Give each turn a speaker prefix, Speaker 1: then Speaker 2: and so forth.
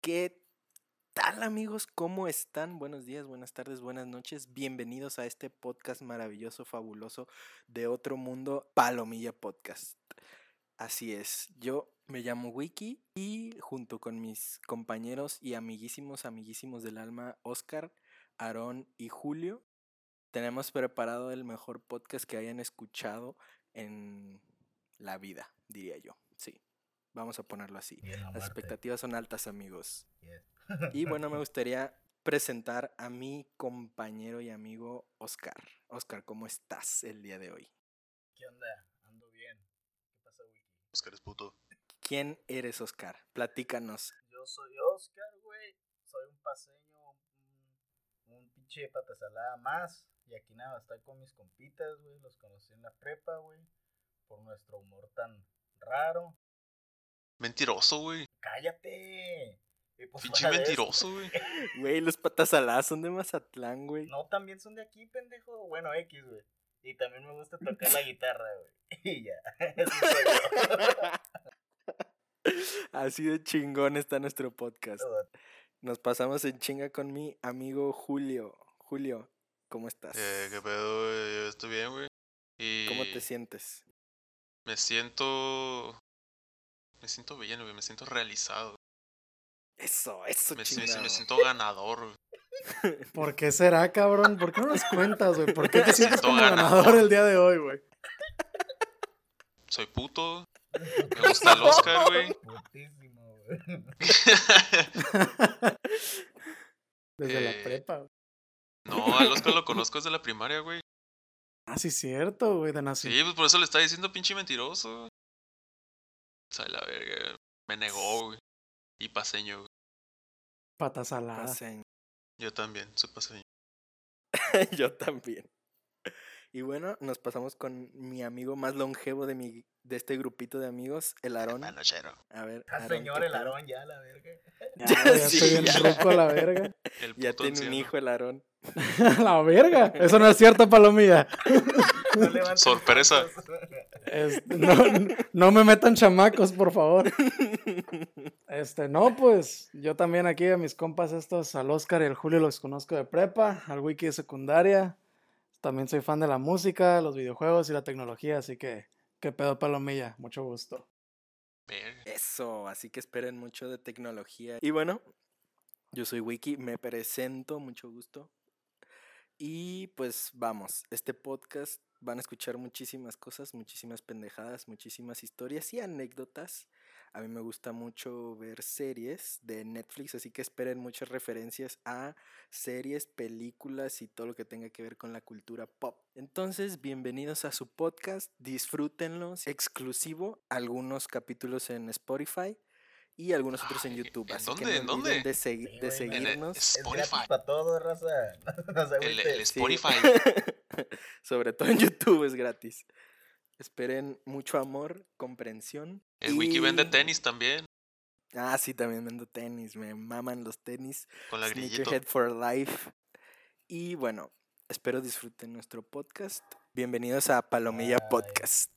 Speaker 1: ¿Qué tal amigos? ¿Cómo están? Buenos días, buenas tardes, buenas noches. Bienvenidos a este podcast maravilloso, fabuloso de otro mundo, Palomilla Podcast. Así es, yo me llamo Wiki y junto con mis compañeros y amiguísimos, amiguísimos del alma, Oscar, Aarón y Julio, tenemos preparado el mejor podcast que hayan escuchado en la vida, diría yo. Sí, vamos a ponerlo así.
Speaker 2: Y en la
Speaker 1: Las
Speaker 2: muerte.
Speaker 1: expectativas son altas, amigos.
Speaker 2: Yes.
Speaker 1: Y bueno, me gustaría presentar a mi compañero y amigo Oscar. Oscar, ¿cómo estás el día de hoy?
Speaker 2: ¿Qué onda? Ando bien. ¿Qué pasa, Wiki?
Speaker 3: Oscar es puto.
Speaker 1: ¿Quién eres, Oscar? Platícanos.
Speaker 2: Yo soy Oscar, güey. Soy un paseño, un, un pinche patasalada más. Y aquí nada, estoy con mis compitas, güey. Los conocí en la prepa, güey. Por nuestro humor tan raro.
Speaker 3: Mentiroso, güey.
Speaker 2: ¡Cállate! Y pues
Speaker 3: Pinche
Speaker 2: fuera de
Speaker 3: mentiroso, güey.
Speaker 1: Güey, los patas aladas son de Mazatlán, güey.
Speaker 2: eso- No, también son de aquí, pendejo. Bueno, X, güey. Y también me gusta tocar la guitarra, güey. Y ya. Eso soy yo.
Speaker 1: Así de chingón está nuestro podcast. Nos pasamos en chinga con mi amigo Julio. Julio, ¿cómo estás?
Speaker 3: Eh, qué pedo, güey. Yo estoy bien, güey. Y
Speaker 1: ¿Cómo te sientes?
Speaker 3: me siento. Me siento bien, güey. Me siento realizado.
Speaker 1: Eso, eso,
Speaker 3: Me, si- me, si-
Speaker 1: chingado.
Speaker 3: me siento ganador, güey.
Speaker 4: ¿Por qué será, cabrón? ¿Por qué no nos cuentas, güey? ¿Por qué te sientes
Speaker 3: Siento
Speaker 4: como
Speaker 3: ganador.
Speaker 4: ganador el día de hoy, güey?
Speaker 3: Soy puto. Me gusta el Oscar, güey.
Speaker 2: Putísimo, güey.
Speaker 4: Desde
Speaker 3: Eh.
Speaker 4: la prepa, güey.
Speaker 3: no, al Oscar lo conozco desde la primaria, güey.
Speaker 4: Ah, sí, cierto, güey, de nací.
Speaker 3: Sí, pues por eso le está diciendo pinche mentiroso. Sale la verga. Me negó, güey. Y paseño, güey.
Speaker 4: Patas aladas.
Speaker 1: Paseño.
Speaker 3: Yo también, soy paseño.
Speaker 1: Yo también. Y bueno, nos pasamos con mi amigo más longevo de mi de este grupito de amigos, el Aarón.
Speaker 3: Manochero.
Speaker 1: A ver,
Speaker 2: Ah,
Speaker 1: Aarón,
Speaker 2: señor,
Speaker 1: ¿qué
Speaker 2: el
Speaker 1: pedo?
Speaker 2: Aarón, ya, la verga.
Speaker 4: Ya, güey, ya
Speaker 1: Sí,
Speaker 4: estoy bien
Speaker 1: ya.
Speaker 4: ruco a la verga.
Speaker 3: El
Speaker 1: Ya
Speaker 3: puto
Speaker 1: tiene un
Speaker 3: anciano.
Speaker 1: hijo el Aarón.
Speaker 4: la verga. Eso no es cierto, Palomilla.
Speaker 2: No levantes
Speaker 3: Sorpresa.
Speaker 2: fotos.
Speaker 4: Este, no, no me metan chamacos, por favor. Este, no, pues yo también aquí a mis compas estos, al Oscar y al Julio los conozco de prepa, al Wiki de secundaria. También soy fan de la música, los videojuegos y la tecnología, así que qué pedo palomilla, mucho gusto.
Speaker 3: Verga.
Speaker 1: Eso, así que esperen mucho de tecnología. Y bueno, yo soy Wiki, me presento, mucho gusto. Y pues vamos, este podcast van a escuchar muchísimas cosas, muchísimas pendejadas, muchísimas historias y anécdotas. A mí me gusta mucho ver series de Netflix, así que esperen muchas referencias a series, películas y todo lo que tenga que ver con la cultura pop. Entonces, bienvenidos a su podcast, disfrútenlo, exclusivo, algunos capítulos en Spotify y algunos otros en
Speaker 3: Ay,
Speaker 1: YouTube.
Speaker 3: ¿en
Speaker 1: así que
Speaker 3: dónde?
Speaker 1: no
Speaker 3: ¿En dónde?
Speaker 1: olviden de, segui- de
Speaker 2: Sí, güey, en
Speaker 3: el
Speaker 1: seguirnos.
Speaker 2: Es gratis
Speaker 3: Spotify.
Speaker 2: para todo, raza. No se
Speaker 3: El,
Speaker 2: agüiten.
Speaker 3: el
Speaker 1: Sí.
Speaker 3: Spotify.
Speaker 1: Sobre todo en YouTube es gratis. Esperen mucho amor, comprensión.
Speaker 3: El wiki vende
Speaker 1: y-
Speaker 3: tenis también.
Speaker 1: Ah, sí, también vendo tenis. Me maman los tenis.
Speaker 3: Con la grillito.
Speaker 1: Sneakerhead for Life. Y bueno, espero disfruten nuestro podcast. Bienvenidos a Palomilla
Speaker 2: Ay.
Speaker 1: Podcast.